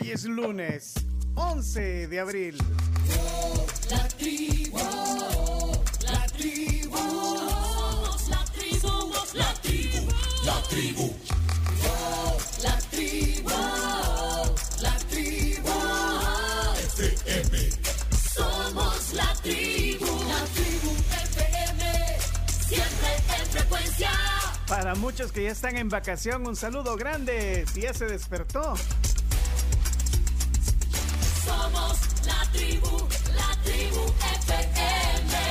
es lunes 11 de abril. La tribu, la tribu, somos la tribu, somos la tribu, la tribu, la tribu, la tribu, FM, somos la tribu, la tribu FM, siempre en frecuencia, Para muchos que ya están en vacación, un saludo grande. Si ya se despertó. somos la tribu, la tribu FM.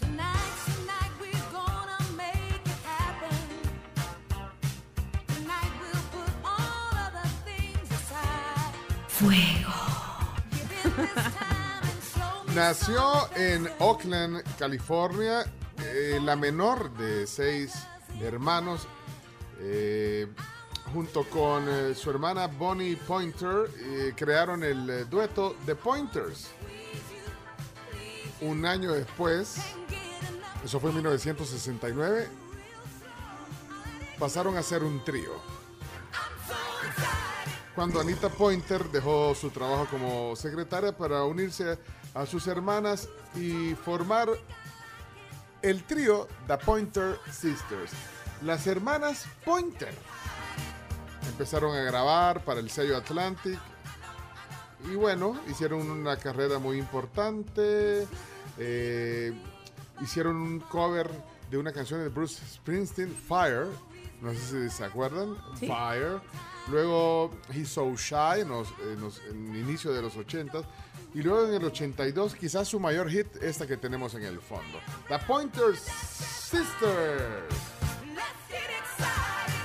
Tonight, tonight we're gonna make it happen. Tonight we'll put all of the things aside. Fuego. Nació en Oakland, California, eh, la menor de seis hermanos, eh, junto con eh, su hermana Bonnie Pointer, eh, crearon el eh, dueto The Pointers. Un año después, eso fue en 1969, pasaron a ser un trío. Cuando Anita Pointer dejó su trabajo como secretaria para unirse a sus hermanas y formar el trío The Pointer Sisters. Las hermanas Pointer empezaron a grabar para el sello Atlantic y bueno, hicieron una carrera muy importante. eh, hicieron un cover de una canción de Bruce Springsteen, Fire. No sé si se acuerdan. Fire. Luego He's So Shy en, los- en los- en el inicio de los 80s. Y luego en el 82, quizás su mayor hit, esta que tenemos en el fondo. The Pointer Sisters. Let's get excited.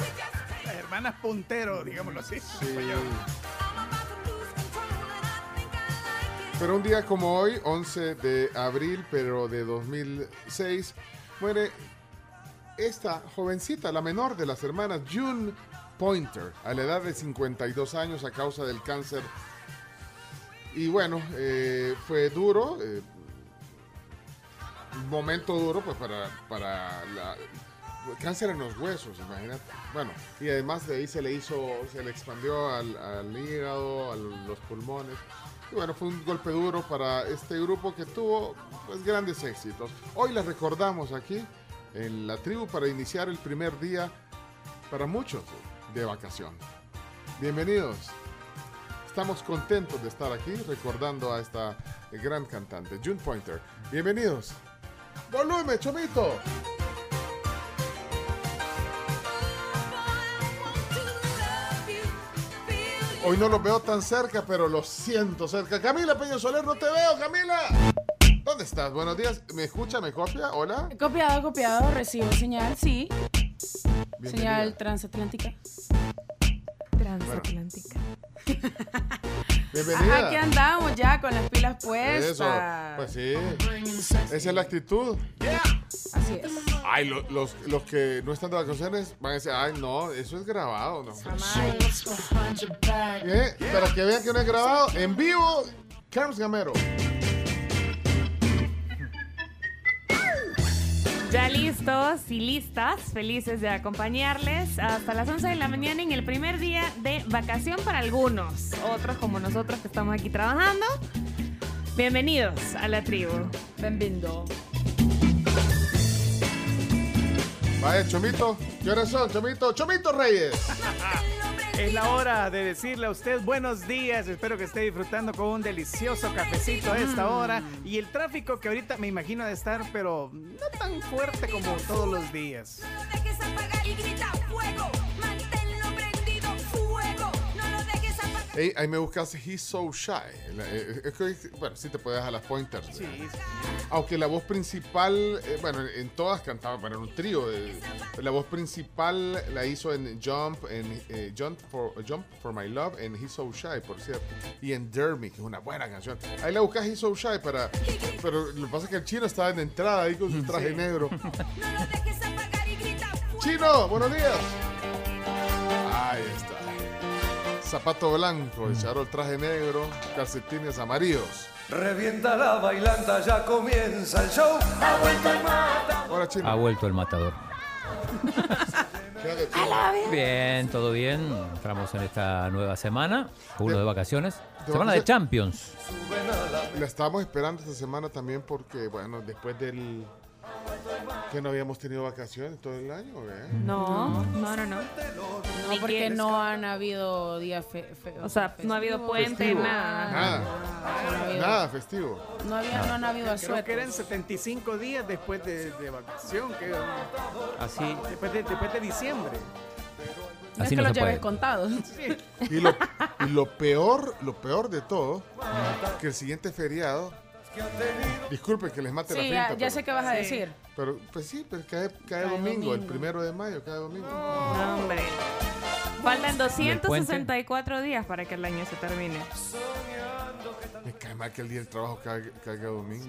We just take Las hermanas puntero, digámoslo así. I'm about to lose control and I think I like it. Pero un día como hoy, 11 de abril, pero de 2006, muere esta jovencita, la menor de las hermanas, June Pointer, a la edad de 52 años a causa del cáncer. Y bueno, eh, fue duro, eh, un momento duro pues para, para la, cáncer en los huesos, imagínate. Bueno, y además de ahí se le hizo, se le expandió al, al hígado, a los pulmones. Y bueno, fue un golpe duro para este grupo que tuvo pues, grandes éxitos. Hoy la recordamos aquí en la tribu para iniciar el primer día para muchos de vacación. Bienvenidos. Estamos contentos de estar aquí recordando a esta gran cantante, June Pointer. Bienvenidos. Volumen, chomito. Hoy no los veo tan cerca, pero los siento cerca. Camila Peña Soler, no te veo, Camila. ¿Dónde estás? Buenos días. ¿Me escucha? ¿Me copia? Hola. Copiado, copiado, recibo señal, sí. Señal Bienvenida. transatlántica. Transatlántica. Bienvenida. Ajá, aquí andamos ya con las pilas puestas. Eso. Pues sí. Esa es la actitud. Así es. Ay, lo- los, los que no están de vacaciones van a decir, ay, no, eso es grabado. No. Eh, Para que vean que no es grabado, en vivo, Carms Gamero. Ya listos y listas, felices de acompañarles hasta las 11 de la mañana en el primer día de vacación para algunos, otros como nosotros que estamos aquí trabajando. Bienvenidos a la tribu. Bienvenido. Vaya, Chomito. ¿Qué horas son, Chomito? Chomito Reyes. Es la hora de decirle a usted buenos días. Espero que esté disfrutando con un delicioso cafecito a esta hora. Y el tráfico que ahorita me imagino de estar, pero no tan fuerte como todos los días. No lo dejes apagar y grita fuego. Manténlo prendido, fuego. No lo dejes apagar. Ey, ahí me buscas He's So Shy. La- eh, es que, bueno, sí te puedes a las pointers. Sí, ¿verdad? sí. Aunque la voz principal, eh, bueno, en- en todas cantaba, bueno, era un trío. eh, la voz principal la hizo en Jump, en eh, Jump, for, Jump for My Love, en He's So Shy, por cierto. Y en Dermy, que es una buena canción. Ahí la buscas He's So Shy, para, pero lo que pasa es que el chino estaba en la entrada ahí con su traje negro. No lo dejes apagar y grita fuerte. Chino, buenos días. Ahí está. Zapato blanco, el charol traje negro, calcetines amarillos. Revienta la bailanta, ya comienza el show. Ahora, Ha chino. vuelto el matador. ¿qué- qué- Bien, todo bien. Entramos en esta nueva semana. Uno de vacaciones. de Semana de vacaciones. Champions. La estábamos esperando esta semana también porque, bueno, después del... Que no habíamos tenido vacaciones todo el año, Mm. ¿eh? No, no, no, no. No, Ni porque quieres- no han habido días fe- fe- O sea, no ha habido festivos. puente, Festivo. nada. Nada, No ha habido- nada festivo. No, había, no han habido Creo que eran asuetos. 75 días después de, de vacación, que, Ah, Así, después, de, después de diciembre. No es así que no los se lleves puede. contados. Sí. Y lo, y lo peor, lo peor de todo, que el siguiente feriado... Disculpen que les mate la Sí, pinta. ya, ya pero- sé qué vas a decir. Pero, pues sí, pero cae, cae, domingo, el primero de mayo, cae domingo. No, hombre. Faltan puente? 264 días para que el año se termine. Me cae mal que el día del trabajo caiga, caiga domingo.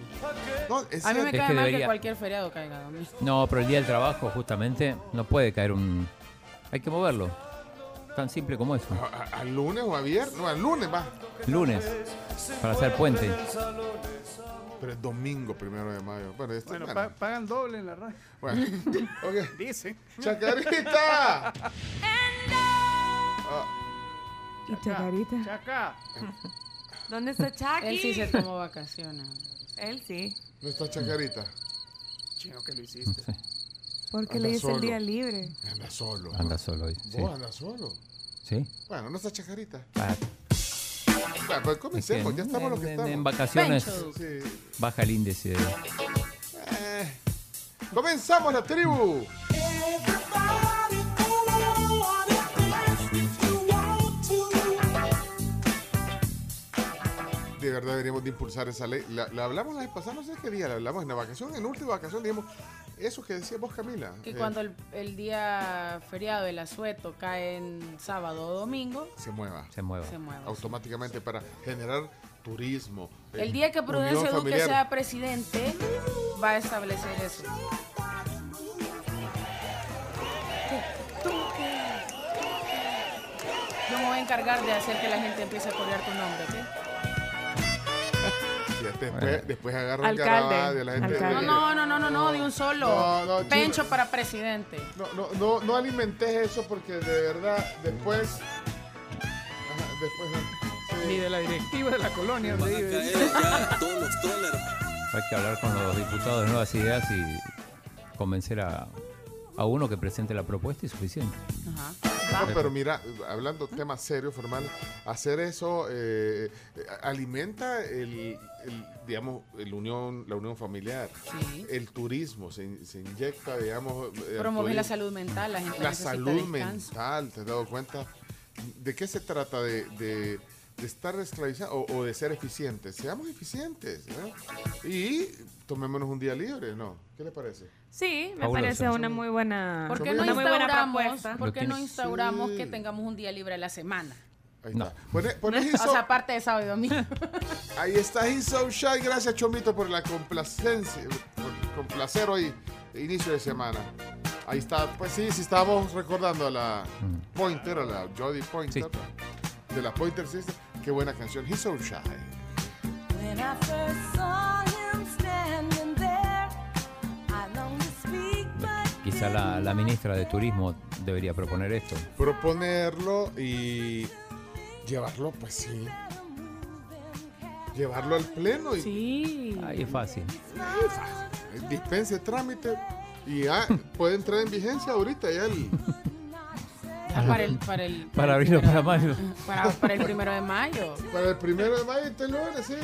No, es A mí me Es cierto. cae mal que que debería- cualquier feriado caiga. a mí. No, pero el día del trabajo, justamente, no puede caer un. Hay que moverlo. Tan simple como eso. A- a- ¿Al lunes o a viernes? No, al lunes va. Lunes, para hacer puente. Pero es domingo, primero de mayo. Bueno, este Bueno, bueno. pa- pagan doble en la radio. bueno. ok. Dicen. ¡Chacarita! ¿Y Chacarita? Chaca. ¿Dónde está Chaki? Él sí se tomó vacaciones. Él sí. No está Chacarita. Chino que lo hiciste. Porque Anda le dice solo. el día libre. Anda solo. Anda solo hoy. Sí. Vos andas solo. ¿Sí? Bueno, no está Chacarita. Ah, Bueno, pues es que comencemos, ya estamos en, lo que en- en estamos. vacaciones Bencho. Sí. baja el índice. de- Eh. Comenzamos la tribu. De verdad deberíamos de impulsar esa ley. La, la hablamos la vez pasada, no sé qué día, la hablamos en la vacación, en la última vacación, dijimos, eso que decías vos, Camila. Que eh, cuando el, el día feriado, el asueto, cae en sábado o domingo, se mueva Se mueva. se mueve. automáticamente para generar turismo. eh, El día que Prudencio unión Duque familiar. sea presidente, va a establecer eso. Yo me voy a encargar de hacer que la gente empiece a corear tu nombre, ¿ok? Y después, después agarran Alcalde, carabadas de la gente. alcalde. No, no, no, no, no, no, de un solo. No, no, chico. Pencho para presidente. No, no, no, no alimentes eso porque de verdad después. Ajá, después. sí. Ni de la directiva de la colonia donde vive. Hay que hablar con los diputados de nuevas ideas y convencer a, a uno que presente la propuesta y suficiente. No, pero mira, hablando temas serios, formales, hacer eso eh, eh, alimenta el, el, digamos, el unión, la unión familiar. Sí. El turismo se, se inyecta, digamos. eh, al Promover la turismo. salud mental, la gente la necesita salud descanso. mental, ¿te has dado cuenta? ¿De qué se trata? De, de- de estar esclavizados o, o de ser eficientes. Seamos eficientes, ¿no? Y tomémonos un día libre, ¿no? ¿Qué les parece? Sí, me Fabuloso. parece una muy buena, ¿Por qué Yo no una muy buena instauramos, propuesta. ¿por qué Lo no tienes- instauramos que Sí. tengamos un día libre a la semana? Ahí No. está. Poné- ponés O eso- sea, aparte de sábado y domingo. ahí está He's So Shy. Gracias, Chomito, por la complacencia, por complacer hoy, inicio de semana. Ahí está, pues sí, sí estábamos recordando a la Pointer, a la Jodie Pointer, de la Pointer Sister. Qué buena canción, He's So Shy. When I first saw him standing there, I longed to speak, but Quizá la, la ministra de Turismo debería proponer esto. proponerlo y llevarlo, pues sí. Llevarlo al pleno y pues, ah, Sí. Ahí es fácil. dispense trámite y ya puede entrar en vigencia ahorita ya el Para el, para el Para abrirlo para mayo. Para, para el primero de mayo. para el primero de mayo este lunes, sí.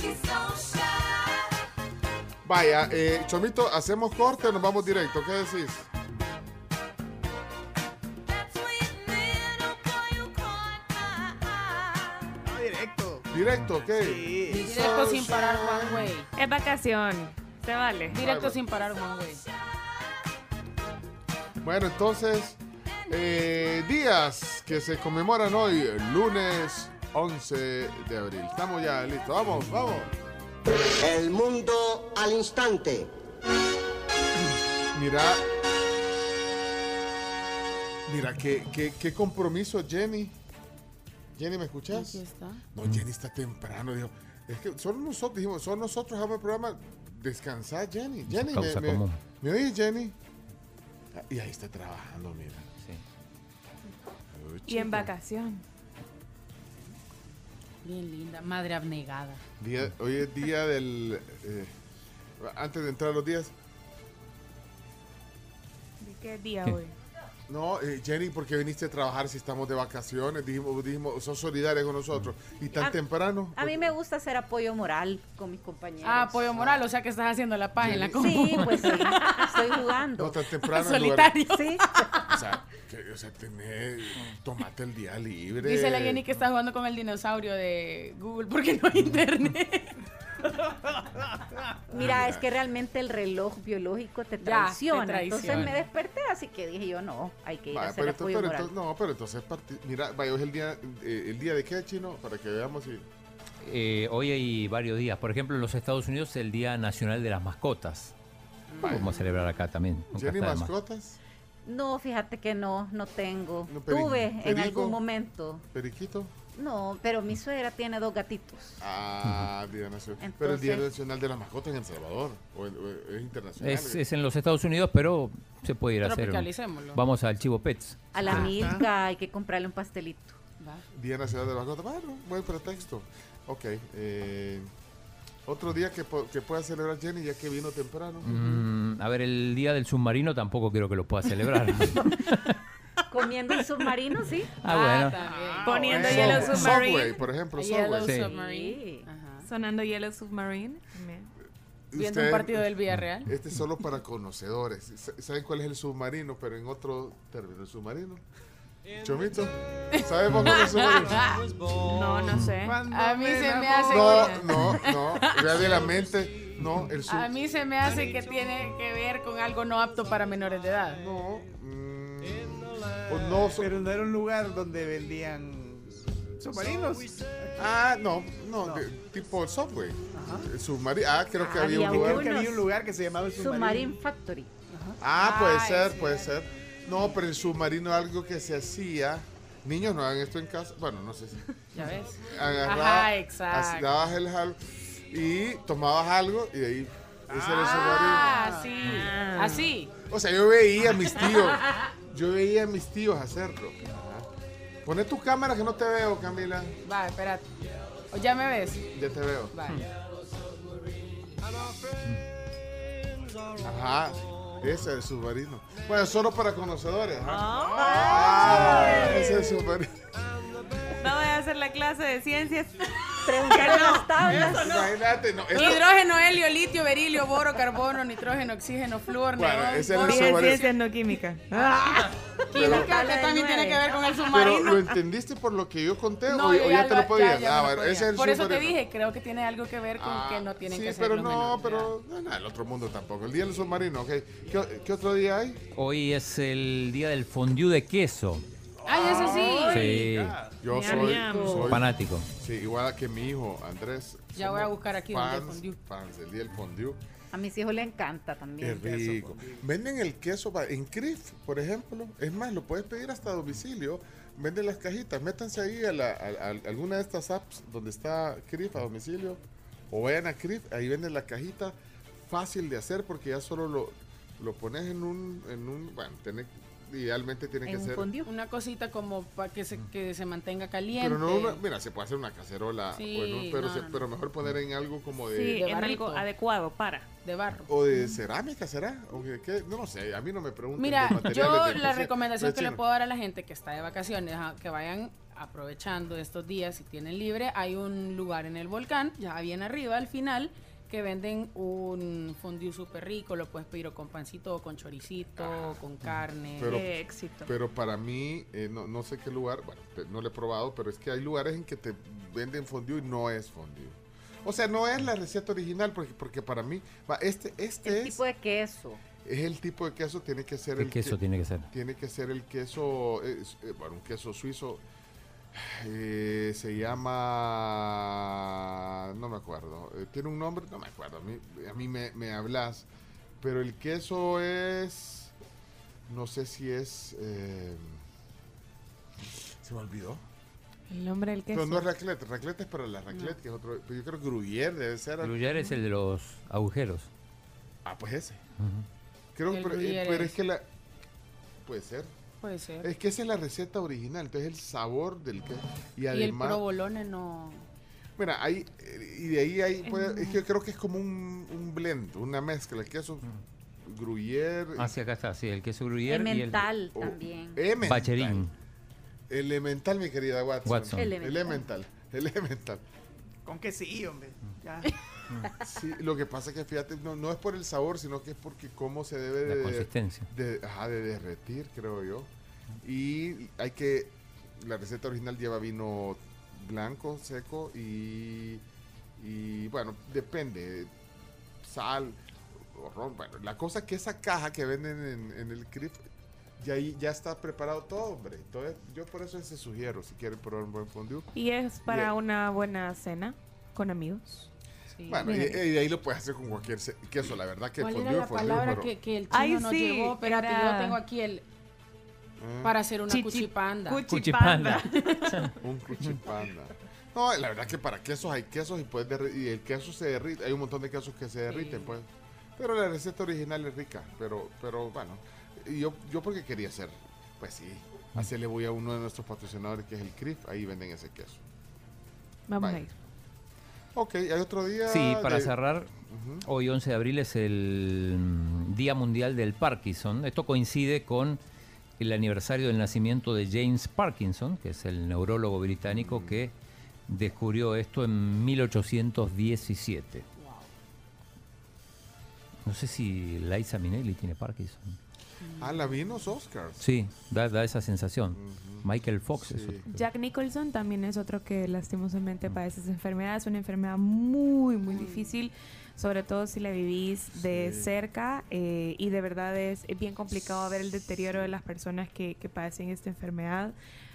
he's so shy. Vaya, eh, Chomito, hacemos corte o nos vamos directo, ¿qué decís? Ah, Directo, ok. Sí. Directo sin parar Juan Way. Es vacación. Se vale. Directo bueno. sin parar Juan Way. Bueno, entonces, eh, días que se conmemoran hoy, el lunes 11 de abril. Estamos ya listos. Vamos, vamos. El mundo al instante. Mira. Mira, qué, qué, qué compromiso, Jenny. Jenny, ¿me escuchas? Aquí está. No, Jenny está temprano, dijo. Es que solo nosotros, dijimos, solo nosotros hagamos el programa. Descansar, Jenny. Jenny, Causa me, me, común. ¿me oís, Jenny? Ah, Y ahí está trabajando, mira. Sí. Y en vacación. Bien linda. Madre abnegada. Día- hoy es día del. eh, antes de entrar a los días. ¿De qué día ¿Qué? hoy? No, eh, Jenny, ¿por qué viniste a trabajar si estamos de vacaciones? Dijimos, dijimos son solidarios con nosotros. Y tan Ah, temprano. A mí me gusta hacer apoyo moral con mis compañeros. Ah, Pollo Moral, o sea que estás haciendo la paz en la compu. Sí, pues sí. Estoy No, jugando. tan temprano. en lugar- Solitario. Sí. O sea, que, o sea tené- tomate el día libre. Dice la Jenny que está jugando con el dinosaurio de Google porque no hay internet. Mira, es que realmente el reloj biológico te Ya, te traiciona. Entonces traiciona. me desperté, así que dije yo, no, hay que ir a Va, hacer pero, apoyo entonces, pero moral. entonces- no, pero entonces, parti- mira, vaya, hoy es el día, eh, el día de qué, chino, para que veamos si. Eh, hoy hay varios días. Por ejemplo, en los Estados Unidos es el Día Nacional de las Mascotas. Vamos a celebrar acá también. Nunca Jenny, está de más. mascotas, No, fíjate que no, no tengo. No, peri- Tuve en perico. algún momento. periquito. No, pero mi suegra tiene dos gatitos. Ah, Día Nacional. pero el Día Entonces- Nacional de las Mascotas en El Salvador, o, el- o es internacional. ¿eh? Es, es en los Estados Unidos, pero se puede ir a hacer. Tropicalicémoslo. Vamos al Chivo Pets. A la Milka hay que comprarle un pastelito. Va. Día Nacional de las Mascotas. Bueno, buen pretexto. Ok. eh, otro día que, po- que pueda celebrar Jenny, ya que vino temprano. Mm, a ver, el Día del Submarino tampoco creo que lo pueda celebrar. Comiendo el submarino, sí. ah, bueno. también. Poniendo Subway, Yellow Subway, Submarine. por ejemplo, Yellow Sí. Submarine. Sí. Ajá. Sonando Yellow Submarine. Me- Subway. Viendo un Usted- partido del Villarreal. Este es solo para conocedores. S- ¿Saben cuál es el submarino? Pero en otro término, el submarino. Chomito, ¿sabemos cuál es el submarino? No, no sé. Cuando A mí me se me enamoro- hace No, no, no. Vea de la mente. No, el A submarino. mí se me hace que tiene que ver con algo no apto para menores de edad. No. mm, o no, so- Pero no era un lugar donde vendían submarinos. ah, no, no, de- tipo el subway. El submarino. Ah, creo que Ah, había un había lugar. Creo que había un Unos- lugar que se llamaba el submarino. Submarine Factory. Ah, puede Ay, ser, sí, puede era. ser. No, pero el submarino es algo que se hacía. Niños no hagan esto en casa. Bueno, no sé si. Ya ves. Agarrabas, Ajá, exacto. así dabas el jal y tomabas algo y de ahí. Ese era el submarino. Ah, sí. Así. O sea, yo veía a mis tíos. Yo veía a mis tíos hacerlo. Ajá. Poné tu cámara que no te veo, Camila. Va, espérate. O ya me ves. Ya te veo. Va. Ajá. Ese es el submarino. Bueno, solo para conocedores. Ajá. Ah, ese es el submarino. No voy a hacer la clase de ciencias. Preguntar las tablas. Imagínate, no. esto- Hidrógeno, helio, litio, berilio, boro, carbono, nitrógeno, oxígeno, flúor, Bueno, neón, ese era boro, el Dije submarino. ciencias, no química. Pero- química, que también tiene que ver con el Pero ¿lo submarino. entendiste por lo que yo conté No, o, yo o ya ya te lo- lo ya- podías? ya ah, me lo bueno, podía. ese es el Por eso te submarino. dije, creo que tiene algo que ver con Ah, que no tienen sí, que ser pero los no, menores de edad. pero no, no, el otro mundo tampoco. El día del submarino, ok. ¿Qué, qué otro día hay? Hoy es el Día del Fondue de Queso. Ay, eso Ah, sí. Sí, Yo Ñam, soy, ñam. soy- fanático. sí, igual que mi hijo Andrés. Ya somos voy a buscar aquí donde fans, fondió. Fans del día del fondue. A mis hijos les encanta Qué también. rico. Venden el queso pa- en Crif, por ejemplo. Es más, lo puedes pedir hasta domicilio. Venden las cajitas. Métanse ahí a, la- a- a alguna de estas apps donde está Crif a domicilio. O vayan a Crif, ahí venden la cajita. Fácil de hacer porque ya solo lo, lo pones en un, en un. Bueno, tiene- idealmente tiene En que un ser. fondue. Una cosita como para que se, que se mantenga Mm. caliente. Pero no, una- mira, se puede hacer una cacerola. Sí, o en un- pero, no, se- no, no. pero mejor poner en algo como de. Sí, de en algo barrito. adecuado para. De barro. O de cerámica, ¿será? ¿O de qué? No, no sé, a mí no me preguntan. Mira, de materiales yo de la cocina. recomendación Pero que le chino. puedo dar a la gente que está de vacaciones, ajá, que vayan aprovechando estos días si tienen libre, hay un lugar en el volcán, ya bien arriba al final, que venden un fondue súper rico, lo puedes pedir o con pancito o con choricito, o con carne. Ah. Pero- pues, Qué éxito. Pero para mí, eh, no, no sé qué lugar, bueno, te- no lo he probado, pero es que hay lugares en que te venden fondue y no es fondue. O sea, no es la receta original, porque, porque para mí, va, este, El este es, tipo de queso. es el tipo de queso, tiene que ser ¿Qué el queso tiene que ser? tiene que ser el queso, eh, s- eh, bueno, un queso suizo. eh, se llama, no me acuerdo, eh, tiene un nombre, no me acuerdo, a mí, a mí me, me hablas, pero el queso es, no sé si es, eh, se me olvidó. El nombre del queso. Pero no es raclette, raclette es para la raclette, que es otro, pero yo creo que gruyere debe ser. Gruyère es el de los agujeros. Ah, pues ese. Creo, El pero, eh, gruyere pero es es. que la, puede ser. Puede ser. Es que esa es la receta original, entonces el sabor del que y y el además, provolone no. mira, ahí eh, y de ahí ahí puede- es que yo creo que es como un, un blend, una mezcla, el queso gruyere, Ah, sí, acá está, sí, el queso gruyere y el Elemental oh, también. elemental. bacherín. Elemental, mi querida Watson. Watson. Elemental. Elemental. Elemental. Con que sí, hombre. Ya. Sí, lo que pasa es que fíjate, no, no es por el sabor, sino que es porque cómo se debe La de, consistencia. de- ajá, de derretir, creo yo. Y hay que, la receta original lleva vino blanco, seco y, y bueno, depende, sal o ron. Bueno, la cosa es que esa caja que venden en, en el CRIF, ya, ahí- ya está preparado todo, hombre. Entonces, yo por eso se sugiero, si quieren probar un buen fondue. Y es para Bien. una buena cena con amigos. sí. Bueno, y, Bien. y de ahí lo puedes hacer con cualquier se- queso, la verdad que el ¿Cuál era fondue la es fondue, palabra pero- que, que el chino Ay, nos sí, llevó? Espérate, era- yo tengo aquí el. Ah. Para hacer una Chichi- cuchipanda. Cuchipanda. Un cuchipanda. No, la verdad que para quesos hay quesos y puedes derri- y el queso se derrite, hay un montón de quesos que se derriten, Sí. pues. Pero la receta original es rica, pero pero bueno, y yo yo porque quería hacer, pues sí, Mm. hacerle voy a uno de nuestros patrocinadores que es el CRIF, ahí venden ese queso. Vamos Vaya. a ir. Ok, hay otro día Sí, para de- cerrar, hoy 11 de abril es el mm, Día Mundial del Parkinson. Esto coincide con el aniversario del nacimiento de James Parkinson, que es el neurólogo británico que descubrió esto en 1817. No sé si Liza Minnelli tiene Parkinson. Ah, la vinos Oscars. Sí, da, da esa sensación. Michael Fox es Sí. otro. Jack Nicholson también es otro que lastimosamente Mm. padece esa enfermedad. Es una enfermedad muy, muy difícil, sobre todo si la vivís de Sí. cerca. eh, y de verdad es es bien complicado ver el deterioro de las personas que, que padecen esta enfermedad,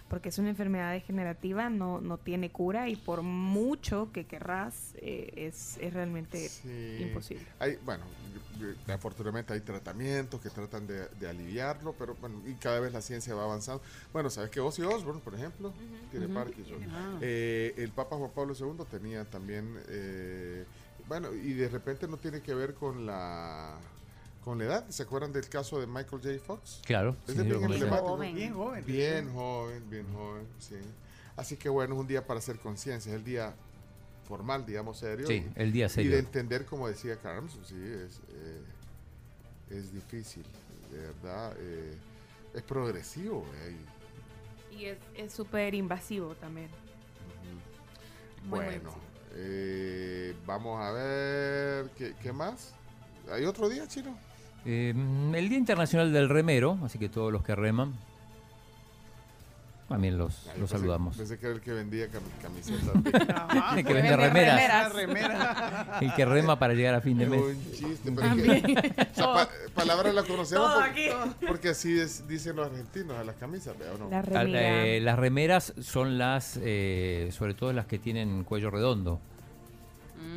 porque es una enfermedad degenerativa, no, no tiene cura y por mucho que querrás, eh, es, es realmente Sí. imposible. Hay, bueno, yo- yo- afortunadamente hay tratamientos que tratan de, de aliviarlo, pero bueno, y cada vez la ciencia va avanzando. Bueno, sabes que Ozzy Osbourne, por ejemplo, tiene Parkinson. Ah. Eh, el Papa Juan Pablo II tenía también, eh, bueno, y de repente no tiene que ver con la con la edad. ¿Se acuerdan del caso de Michael J. Fox? Claro. Es sí, de lo bien comenté. emblemático. joven. Bien joven. Bien joven, bien joven, sí. Así que bueno, es un día para hacer conciencia, es el día formal, digamos, serio. Sí, y- el y día de serio. entender, como decía Carms, sí, es, eh, es difícil, de verdad. eh, es progresivo. eh, y- Y es es súper invasivo también. Muy, muy bueno, eh, vamos a ver, ¿qué, qué más? ¿Hay otro día, Chino? Eh, el Día Internacional del Remero, así que todos los que reman, también los, Ay, los pensé- saludamos. Pensé que era el que vendía cami- camisetas. Ah, Ajá. que vende remeras. Una remera. El que rema para llegar a fin de Es mes. un chiste, pero es que- o sea, pa- palabra la conocemos por- porque, así es- dicen los argentinos a las camisas, ¿verdad o no? La Ah, remera. eh, las remeras son las, eh, sobre todo las que tienen cuello redondo.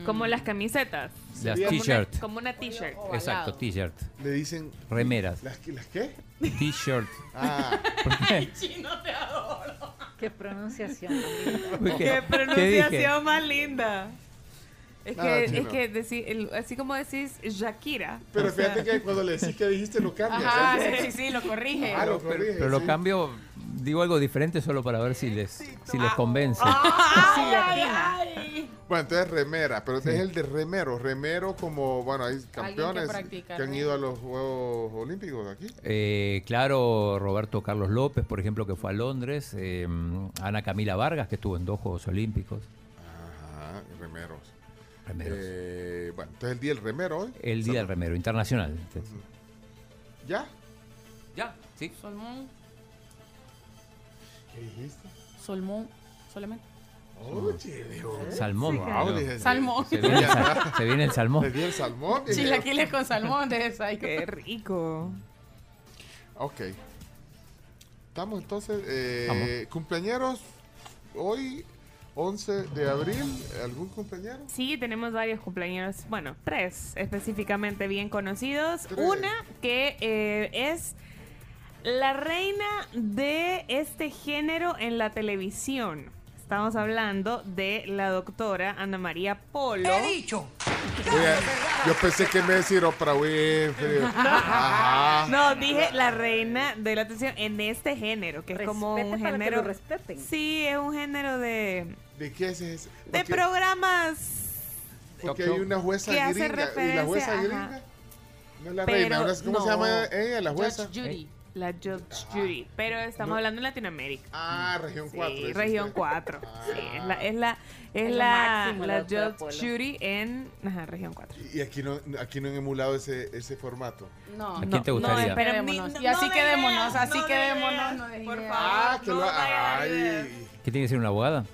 Como las camisetas. Las Sí, Como una- t-shirt. Como una t-shirt. ovalado. Exacto, t-shirt. Le dicen... Remeras. ¿Las, las qué? T-shirt. Ah, Qué pronunciación. Uy, Qué ¿qué- qué dije? pronunciación más linda. Es Ah, que, chino. es que deci- el- así como decís Shakira. pero fíjate que cuando le decís que dijiste lo cambias. Ah, Ajá, ¿eh? sí, sí, sí, lo corrige. Ah, lo corrige, Pero lo sí. cambio, digo algo diferente solo para ver si les, si les convence. Sí, latina. Bueno, entonces remera, pero es el de remero. Remero como, bueno, hay campeones que, practica han remo. ido a los Juegos Olímpicos de aquí. Eh, claro, Roberto Carlos López, por ejemplo, que fue a Londres. eh, Ana Camila Vargas, que estuvo en dos Juegos Olímpicos. Ajá, remeros. Remeros. Eh, bueno, entonces el día del remero hoy. El Día del Remero Internacional. ¿Ya? Ya, sí. Solmón, ¿Qué dijiste? Oh, solmón, solamente. Oye, viejo. Salmón. Wow, creo. dije, Salmón. Se viene, el sal- se viene el Le salmón. di el salmón. dije. Chilaquiles con salmón de desayuno. Qué rico. Ok. Estamos entonces. Eh, cumpleañeros. Hoy, 11 de abril. ¿Algún cumpleañero? Sí, tenemos varios cumpleaños, bueno, tres específicamente bien conocidos. Tres. Una que eh, es la reina de este género en la televisión. Estamos hablando de la doctora Ana María Polo. Oye, yo pensé que me decía Oprah Winfrey. Ajá. No, dije la reina de la televisión en este género, que es como un Respete para que género... lo respeten. Sí, es un género de, ¿De qué es ese? de Porque- programas. Porque Talk hay show. una jueza Que hace gringa. Y la referencia, jueza ajá. gringa. No es la Pero reina. ahora es- ¿Cómo se no. llama ella, la Judge jueza? Judy. La Judge Judy, pero estamos Ah. No. hablando en Latinoamérica. Ah, región 4. Sí, región 4. Ah. Sí, es la, es la, es Es lo la, máximo, la la doctora Judge Polo. Judy en ajá, región 4. Y aquí no, aquí no han emulado ese, ese formato. No. ¿A quién te gustaría? No, espera, ni- Quedémonos. no- Y así no quedémonos, de así ideas, quedémonos, no no de de ideas. Por ideas. favor, Ah, que no lo vaya a dar ideas. Ay. ¿Qué tiene que ser una abogada?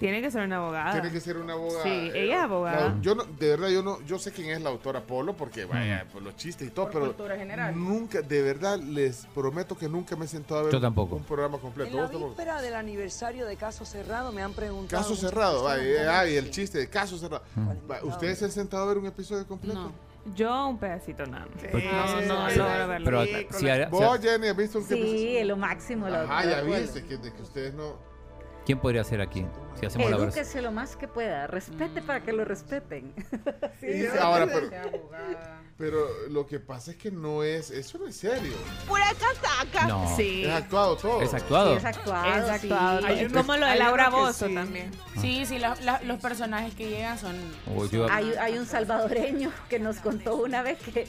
Tiene que ser una abogada. Tiene que ser una abogada. Ah. Sí, Eh, ella es abogada. la- yo no, de verdad, yo no, yo sé quién es la autora Polo, porque Mm. vaya, por los chistes y todo, Por pero cultura general. nunca, de verdad, les prometo que nunca me he sentado a ver Yo tampoco. un programa completo. En la ¿Vos tampoco? víspera del aniversario de Caso Cerrado me han preguntado. este Caso cerrado, vaya, ay, el chiste de caso cerrado. Mm. Va, ¿Ustedes se han sentado a ver un episodio completo? No. Yo un pedacito nada más. Pues- Eh, No, no, Pero- logro verlo. Pero películas. si hará- si ¿Vos, hará- Jenny, has visto un episodio? Sí, lo máximo. La Ajá, ya doctora Polo. viste, que, de que ustedes no... ¿quién podría ser aquí? Si hacemos la versión. Edúquese lo más que pueda. Respete para que lo respeten. Y ahora, pero, Sea abogada. pero lo que pasa es que no es, eso no es serio. No. Sí. Es actuado todo. Es actuado. es actuado. Es sí. actuado. Hay Es uno- como lo de hay Laura uno que Bozo sí. también. Sí, sí, la- la- los personajes que llegan son. O yo- Hay, hay un salvadoreño que nos contó una vez que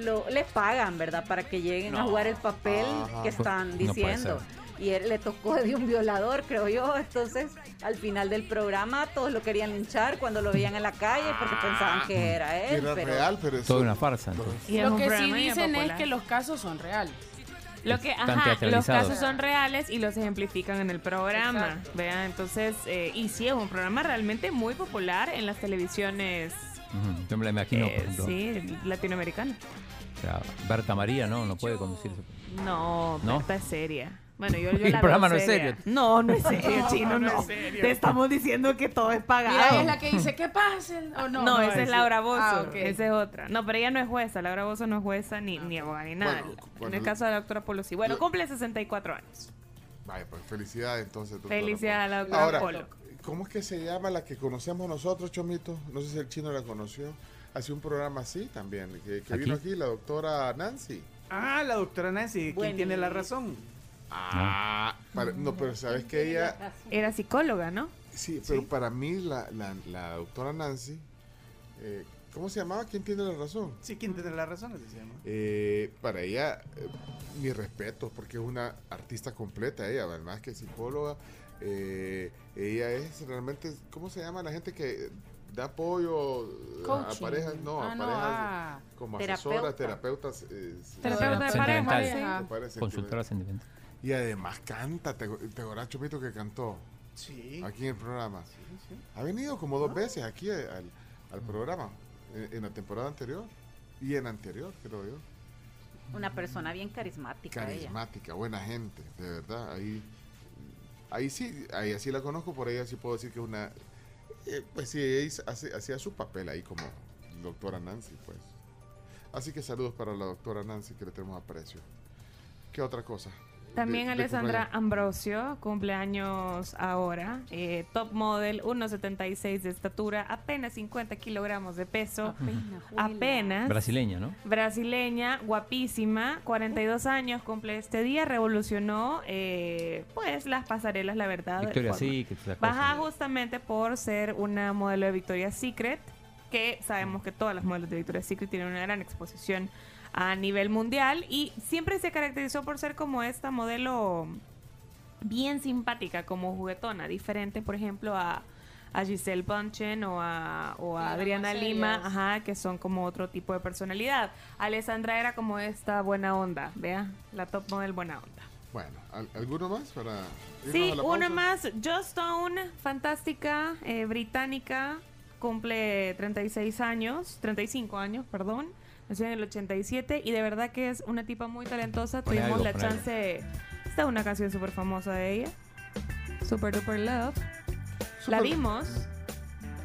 lo, le pagan, ¿verdad? Para que lleguen a jugar el papel que No están puede diciendo. y él le tocó de un violador, creo yo. Entonces, al final del programa, todos lo querían linchar cuando lo veían en la calle porque pensaban que era Que él. Era pero real, pero eso... Toda una farsa. entonces. Y es Lo un que sí programa ya dicen es popular. que los casos son reales. Lo que, Están ajá, los teatralizados. casos son reales y los ejemplifican en el programa, ¿vean? Entonces, eh, y sí, es un programa realmente muy popular en las televisiones, Ujú. Yo me la imagino, por eh, ejemplo. sí, latinoamericanas. o sea, Berta María, no, no puede conducirse. No, ¿No? Berta es seria. Bueno, yo, yo la El veo programa no es seria. serio. No, no es serio, chino, no no. es serio. Te estamos diciendo que todo es pagado. Mira, es la que dice, ¿qué pasa? ¿O no? no, esa es Laura Bozo, Ah, ok. esa es otra. No, pero ella no es jueza, Laura Bozo no es jueza ni, ni abogada ni nada. Bueno, en bueno, el caso de la doctora Polo, sí. Bueno, yo- cumple 64 años. Vaya, pues felicidades entonces. doctora Felicidades a la Polo. doctora Ahora, Polo. ¿cómo es que se llama la que conocemos nosotros, Chomito? No sé si el chino la conoció. Hacía un programa así también, que, que ¿Aquí? vino aquí la doctora Nancy. Ah, la doctora Nancy, ¿quién Bueno. tiene la razón? Ah, para- no, pero sabes que ella, Era psicóloga, ¿no? sí, pero para mí la, la- la doctora Nancy, eh, ¿cómo se llamaba? ¿Quién tiene la razón? Sí, ¿quién tiene la razón? Así se llama. Eh, para ella, eh, mi respeto, porque es una artista completa ella, además que psicóloga. eh, ella es realmente, ¿cómo se llama la gente que da apoyo eh, a- a Coaching. parejas? No, Ah, a no, parejas eh, ah. como Terapeuta. asesoras, terapeutas. eh, sí, Terapeuta de Sentimental. pareja, sí. parece que- Consultora sentimental. Y además canta, te, te acordás, Chupito, que cantó Sí. aquí en el programa. sí. Ah. Ha venido como dos veces aquí eh, al, al programa, eh, en, en la temporada anterior y en anterior, creo yo. Una persona bien carismática. ella. Carismática, buena gente, de verdad. Ahí, ahí sí, ahí así la conozco, por ella sí puedo decir que es una. eh, pues sí, ella hizo- hace- hacía su papel ahí como doctora Nancy, pues. Así que saludos para la doctora Nancy, que le tenemos aprecio. ¿Qué otra cosa? También De- de Alessandra cumpleaños. Ambrosio, cumpleaños ahora, eh, top model, 1,76 de estatura, apenas 50 kilogramos de peso, Apenas, juela. Ah, apenas. Brasileña, ¿no? Brasileña, guapísima, 42 años, cumple este día, revolucionó eh, pues las pasarelas, la verdad. Victoria forma. sí, que te Baja justamente por ser una modelo de Victoria's Secret, que sabemos que todas las modelos de Victoria's Secret tienen una gran exposición a nivel mundial y siempre se caracterizó por ser como esta modelo bien simpática, como juguetona, diferente, por ejemplo, a, a Giselle Bunchen o a, o a Sí, las Adriana más Lima, serias. ajá, que son como otro tipo de personalidad. Alessandra era como esta buena onda, vea, la top model buena onda. Bueno, ¿al- ¿alguno más para irnos Sí, a la pausa? una más. Just Stone, fantástica, eh, británica, cumple 36 años, 35 años, perdón. Nació en el 87 y de verdad que es una tipa muy talentosa. Pon Tuvimos algo, la pon algo. chance. Esta es una canción súper famosa de ella. Super Duper Love. La Super- vimos.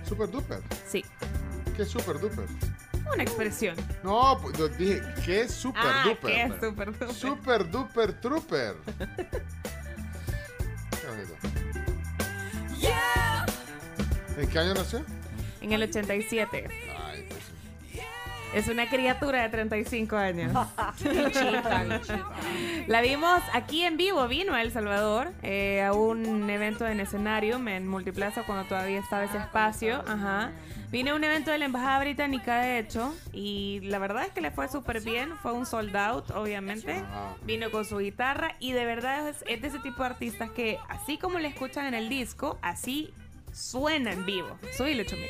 Super duper. Sí, ¿Qué es super duper? una expresión. No, pues, yo dije, ¿qué es super ah, duper? que es Super Duper. Super duper trooper. Qué bonito. ¿En qué año nació? En el 87. Ay, pues, Es una criatura de 35 años. Chita, La vimos aquí en vivo, vino a El Salvador eh, a un evento en escenario en Multiplaza Ah, cuando todavía estaba ese espacio. Ajá. Vino a un evento de la Embajada Británica, de hecho, y la verdad es que le fue súper bien. Fue un sold out, obviamente. ah, Vino con su guitarra y de verdad es, es de ese tipo de artistas que, así como le escuchan en el disco, así suena en vivo. Subile, chomito.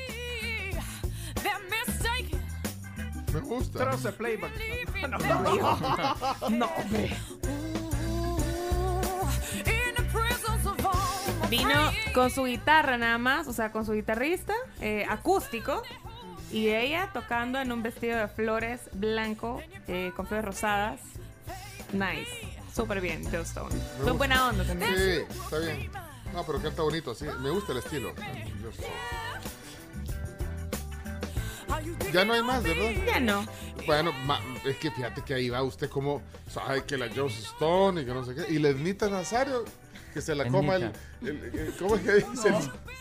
They're mistaken. me gusta. Trozo de playback. No, no, No, no. Vino con su guitarra nada más, o sea, con su guitarrista eh, acústico y ella tocando en un vestido de flores blanco eh, con flores rosadas. Nice, súper bien, Joe Stone. Fue buena onda también. Sí, está bien. No, pero canta bonito, sí. Me gusta el estilo. Ya no hay más, ¿verdad? Ya no. Bueno, ma- es que fíjate que ahí va usted como sabe que la Joss Stone y que no sé qué. Y la Ednita Nazario, que se la coma el, el- el- ¿Cómo es que dice?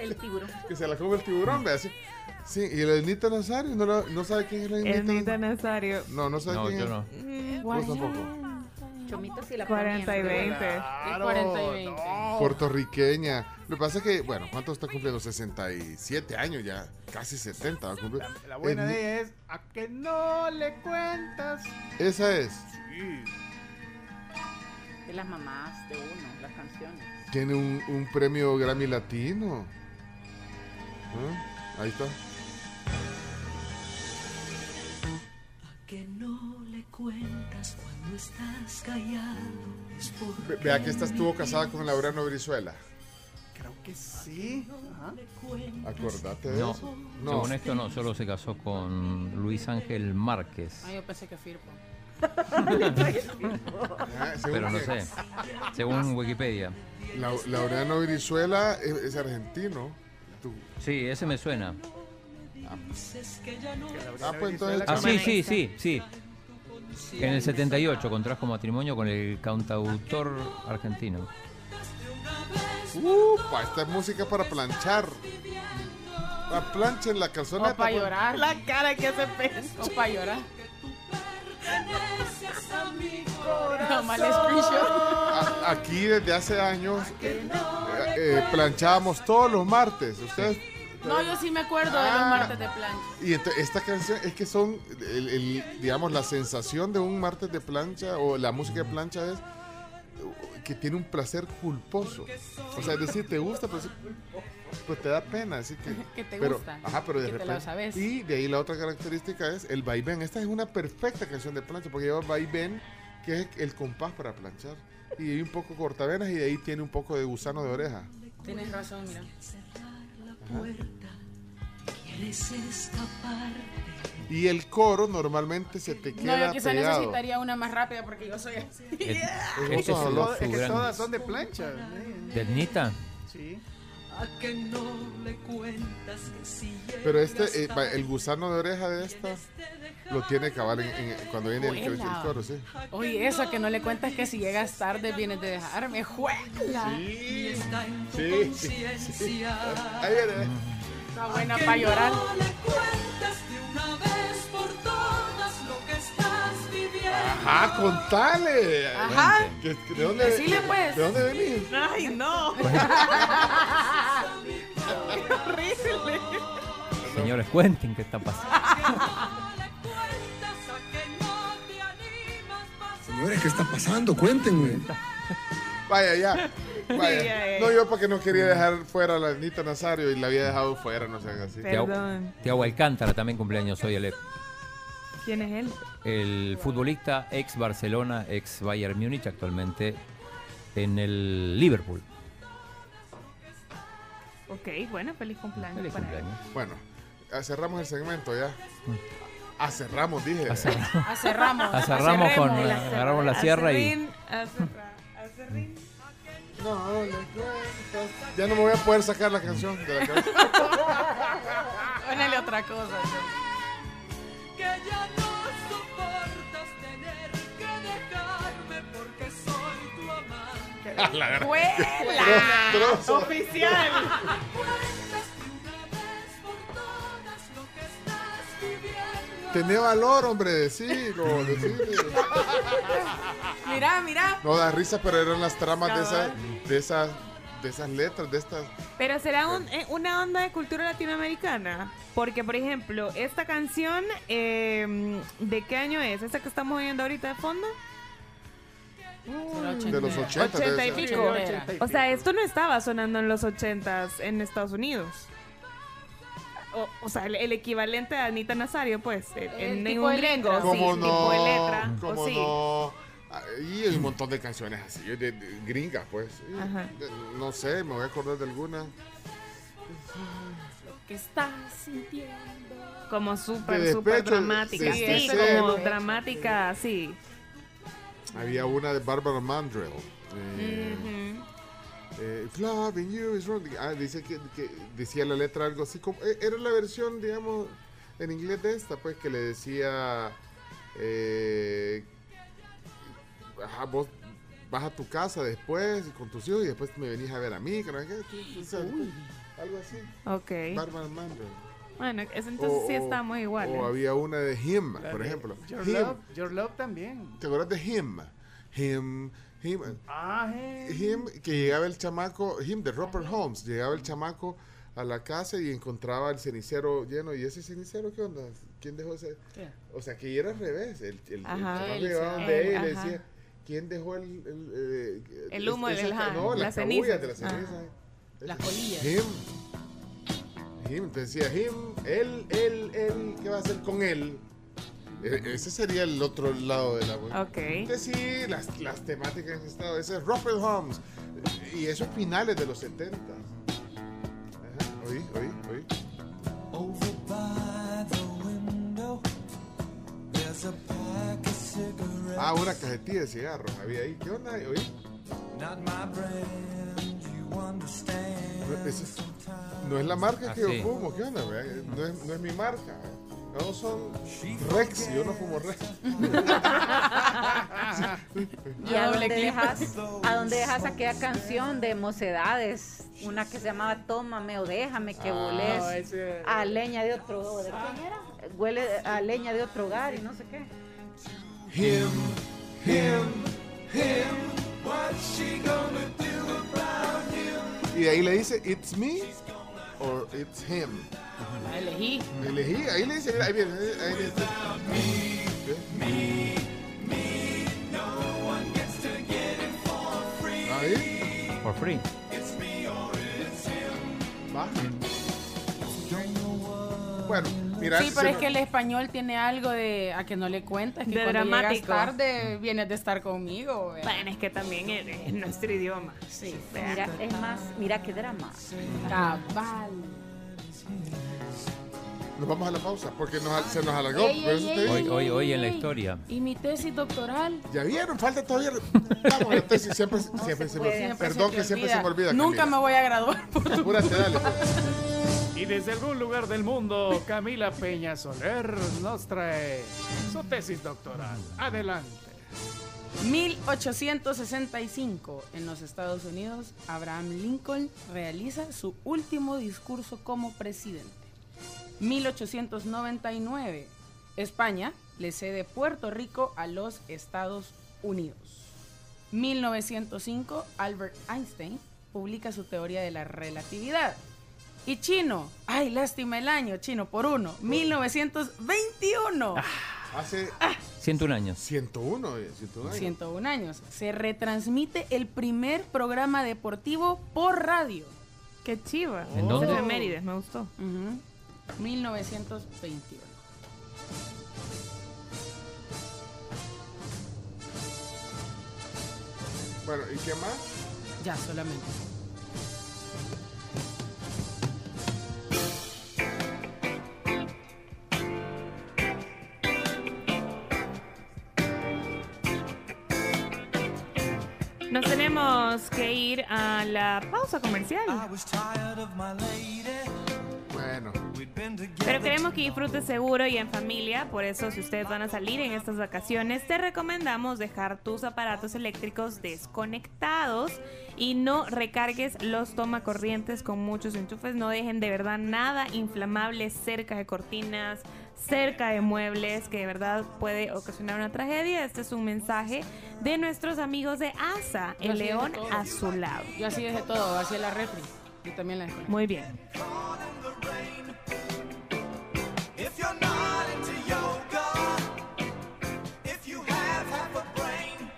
el tiburón. Que se la coma el tiburón, ve así. Sí, y la Ednita Nazario, no, la- no sabe quién es la Ednita. Ernita Nazario. No, no sabe No, quién yo es. no. Vos tampoco. Chomito si la 40 y poniendo. 20. Claro, 40 y 20. no. Puertorriqueña. Lo que pasa es que, bueno, ¿cuánto está cumpliendo? 67 años ya, casi 70 va a cumplir. La buena Es- de ella es a que no le cuentas. Esa es. Sí. De las mamás de uno, las canciones. Tiene un, un premio Grammy Latino. ¿Ah? Ahí está. Que no le cuentas cuando estás callado. Es porque Ve- Vea que esta estuvo casada con Laureano Brizuela. Creo que sí. Ajá. Acordate de No, eso. según esto no, solo se casó con Luis Ángel Márquez. Ah, yo pensé que Firpo. Ah, según Pero no que- sé, según Wikipedia. Lau- Laureano Brizuela es, es argentino. Tú- Sí, ese me suena. Ah, pues entonces. Ah, sí, chama- sí, sí, sí. En el 78 contrajo matrimonio con el cantautor argentino. Upa, esta es música para planchar. La plancha en la calzoneta. O para pues. llorar. La cara que se pensó. O para llorar. No, mal screenshot. A- aquí desde hace años eh, eh, planchábamos todos los martes. Ustedes No, yo sí me acuerdo de Ah. los martes de plancha. y ento- esta canción es que son, el- el- digamos, la sensación de un martes de plancha o la música de plancha es eh, que tiene un placer culposo. O sea, es decir, te gusta, pero sí, pues te da pena. Así que, Que te pero, gusta, Ajá, pero de que te lo repente. sabes. Y de ahí la otra característica es el vaivén. Esta es una perfecta canción de plancha porque lleva vaivén, que es el compás para planchar. Y hay un poco cortavenas y de ahí tiene un poco de gusano de oreja. Tienes razón, mira. Y el coro normalmente se te No, queda yo quizá pegado. necesitaría una más rápida porque yo soy así. Es- Es Este otro es el dolor. Todo- es que Gran- todas son de plancha. ¿De Etnita? Sí. Pero este, eh, va, el gusano de oreja de esta lo tiene cabal en, en- cuando viene el, el Vuela. coro, sí. Oye, eso que no le cuentas que si llegas tarde vienes de dejarme. ¡Juela! Sí, sí, sí. Ahí viene. Está buena para llorar. Ajá, contale. Ajá. ¿Que- que- ¿De dónde, Decile, pues. ¿De dónde venís? Ay, no. Señores, cuenten qué está pasando. Señores, ¿qué está pasando? Cuéntenme. Vaya, ya. Vaya. Sí, ya, ya. No, yo porque no quería dejar fuera a la Anita Nazario y la había dejado fuera, no sean así. Tiago- Perdón. Tiago Alcántara también cumpleaños hoy, el, ¿Quién es él? el futbolista ex Barcelona, ex Bayern Múnich, actualmente en el Liverpool. Ok, bueno, feliz cumpleaños. Feliz para cumpleaños. Bueno, ah, cerramos el segmento ya. Ah, cerramos, dije. A cerrar- A cerramos. a cerramos con él. la- agarramos la sierra y Acerrín, acerra- acerrín. No, le cuentas. Ya no me voy a poder sacar la canción de la cabeza. Ponele otra cosa. Que ya no soportas tener que dejarme porque soy tu amante. A la gran- ¡Huela! Trozo. ¡Oficial! Cuentas de una vez por todas lo que estás viviendo. Tené valor, hombre, decirlo, decirlo. Mirá, mirá. No da risa, pero eran las tramas de esas, de esas, de esas letras, de estas. Pero será un- eh, una onda de cultura latinoamericana. Porque, por ejemplo, esta canción, eh, ¿de qué año es? ¿Esta que estamos oyendo ahorita de fondo? De los 80. debe 80 y ser. pico. O sea, esto no estaba sonando en los 80s en Estados Unidos. O, o sea, el, el equivalente a Anita Nazario, pues, en, en tipo un de letra. gringo, sí, ¿Cómo tipo de no? letra. ¿Cómo o sí. no? Ah, Y hay un montón de canciones así, de, de- gringas, pues. Y Ajá. de- No sé, me voy a acordar de alguna. que estás sintiendo. Como De súper, súper despecho, dramática. sí, Sí, sí, como sí. dramática, sí. Había una de Barbara Mandrell. eh, Ujú. eh, "If loving you is wrong". Ah, dice que, que decía la letra algo así como. eh, Era la versión, digamos, en inglés de esta, pues, que le decía. eh, ajá, vos vas a tu casa después con tus hijos y después me venís a ver a mí. que no sé qué, o sea, Algo así. Ok. Barbara Mandrell. Bueno, es- entonces O- sí o- estamos iguales. O había una de Him, ¿eh? La por de ejemplo. Your Him. Love, Your Love también. ¿Te acuerdas de Him? Him. Him. Ah, eh. Him, que llegaba el chamaco, Him de Robert Holmes, llegaba el chamaco a la casa y encontraba el cenicero lleno. ¿Y ese cenicero qué onda? ¿Quién dejó ese? ¿Qué? O sea, que era al revés. El, el- el Ajá. chamaco Él, llegaba sí. donde Él, ella y le ajá. decía, ¿quién dejó el... El, eh, El humo, es- el- esa- ajá, No, las las cenizas. cabullas de las Ajá. cenizas. Las colillas. Him. Him, te decía, him, él, él, él, ¿qué va a hacer con él? E- Ese sería el otro lado de la Ok. que sí, las, las temáticas han estado. Ese es Robert Holmes. Y esos finales de los 70. Ajá, Oí, oí, oí. Over by the window, there's a pack of cigarettes. Ah, una cajetilla de cigarros había ahí. ¿Qué onda? Oí. Not my brand, you understand. No, ese es- no es la marca que Ah, sí. yo fumo. ¿Qué onda? vea? No es, no es mi marca. No son Rex. Yo no fumo Rex. ¿Y a dónde, dejas, a dónde dejas aquella canción de Mocedades? Una que se llamaba Tómame o Déjame que No, volés ese- a leña de otro hogar. ¿De quién era? Huele a leña de otro hogar y no sé qué. Him, him, Him, what's she gonna do about him? Y de ahí le dice, it's me or it's him. La elegí. Elegí, ahí le dice, mira, ahí viene, ahí le dice. Ahí, for free. va. Bueno, mira. Sí, se pero es me- que el español tiene algo de a que no le cuentas que De cuando dramático. llegas tarde vienes de estar conmigo. ¿verdad? Bueno, es que también es, es nuestro idioma. Sí. Mira, es más, mira qué drama. Cabal. Nos vamos a la pausa porque nos- se nos alargó. Ah. Ey, por eso ey, te ey, digo. Hoy, hoy, hoy en la Ey. historia. Pues, Y mi tesis doctoral. Ya vieron, falta todavía. Vamos, la tesis siempre, siempre se me puede. olvida. Eh, Perdón te que siempre se me olvida. Nunca me voy a graduar por voy. Apúrate, dale. pues. Y desde algún lugar del mundo, Camila Peña Soler nos trae su tesis doctoral. Adelante. 1865, en los Estados Unidos, Abraham Lincoln realiza su último discurso como presidente. 1899, España le cede Puerto Rico a los Estados Unidos. 1905, Albert Einstein publica su teoría de la relatividad. Y Chino, ay, lástima el año, Chino, por uno. 1921. Hace 101 años. 101, oye, 101 años. 101 años. Se retransmite el primer programa deportivo por radio. Qué chiva. ¿En dónde? Esas efemérides, me gustó. Ujú. 1921. Bueno, ¿y qué más? Ya solamente. Nos tenemos que ir a la pausa I comercial. was tired of my lady. Bueno, We'd been together. Pero queremos que disfrutes seguro y en familia, por eso si ustedes van a salir en estas vacaciones, te recomendamos dejar tus aparatos eléctricos desconectados y no recargues los tomacorrientes con muchos enchufes, no dejen de verdad nada inflamable cerca de cortinas, cerca de muebles, que de verdad puede ocasionar una tragedia. Este es un mensaje de nuestros amigos de ASA, el Así es, león todo. azulado. Yo así dejé todo, así la refri. Yo también la dejé. Muy bien. If you're not into yoga, if you have half a brain,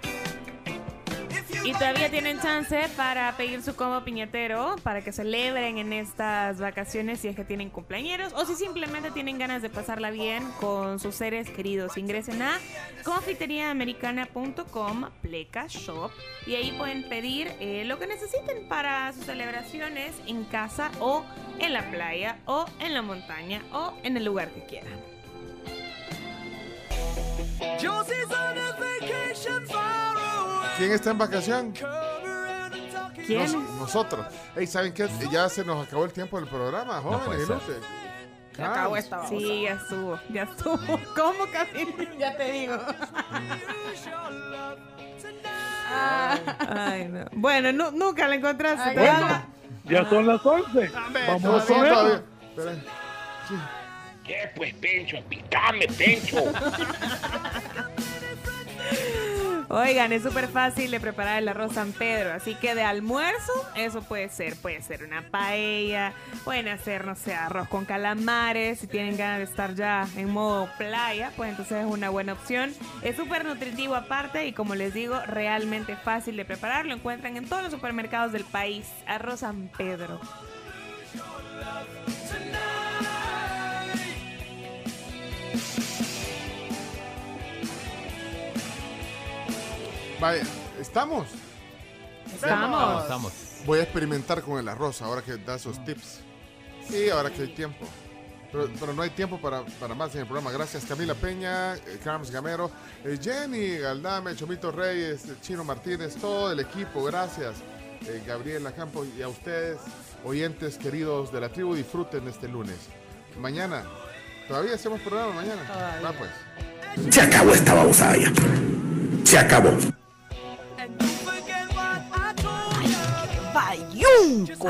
if you Y like todavía tienen chance para pedir su combo piñatero para que celebren en estas vacaciones si es que tienen cumpleañeros o si simplemente tienen ganas de pasarla bien con sus seres queridos. Ingresen a confiteriaamericana.com, pleca shop, y ahí pueden pedir eh, lo que necesiten para sus celebraciones en casa o en la playa o en la montaña o en el lugar que quieran. Josie's on a vacation far away. ¿quién está en vacación? Cover and I'm talking ¿Quién? Nos- nosotros. Ey, ¿saben qué? Ya se nos acabó el tiempo del programa, puede jóvenes. ser. ilustres. Se acabó esta babosa. Sí, ya estuvo, ya estuvo. ¿Cómo casi? Ya te digo. use your love tonight. Ay, no. Bueno, nu- nunca la encontraste. Ay, te da no. la- Ya son las 11. Vamos a ver. todavía. Espera. ¿Qué pues, Pencho? Picame, Pencho. Oigan, es súper fácil de preparar el arroz San Pedro, así que de almuerzo eso puede ser, puede ser una paella, pueden hacer, no sé, arroz con calamares, si tienen ganas de estar ya en modo playa, pues entonces es una buena opción. Es súper nutritivo aparte y como les digo, realmente fácil de preparar, lo encuentran en todos los supermercados del país, arroz San Pedro. Vaya, ¿estamos? Estamos. Estamos. Voy a experimentar con el arroz ahora que da sus tips. Y ahora que hay tiempo. Pero, pero no hay tiempo para, para más en el programa. Gracias Camila Peña, eh, Carms Gamero, eh, Jenny Galdame, Chomito Reyes, eh, Chino Martínez, todo el equipo. Gracias eh, Gabriela Campos y a ustedes, oyentes queridos de la tribu, disfruten este lunes. Mañana, todavía hacemos programa mañana. Va pues. Se acabó esta babosada ya. Se acabó. Forget what I told you. Bayunco.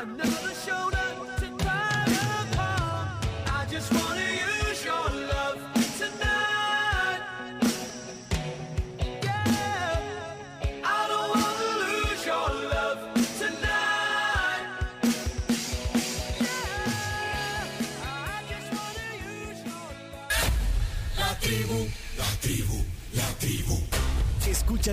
Another shoulder to cry upon. I just wanna use your love tonight. Yeah. I don't wanna lose your love tonight. Yeah. I just wanna use your Escucha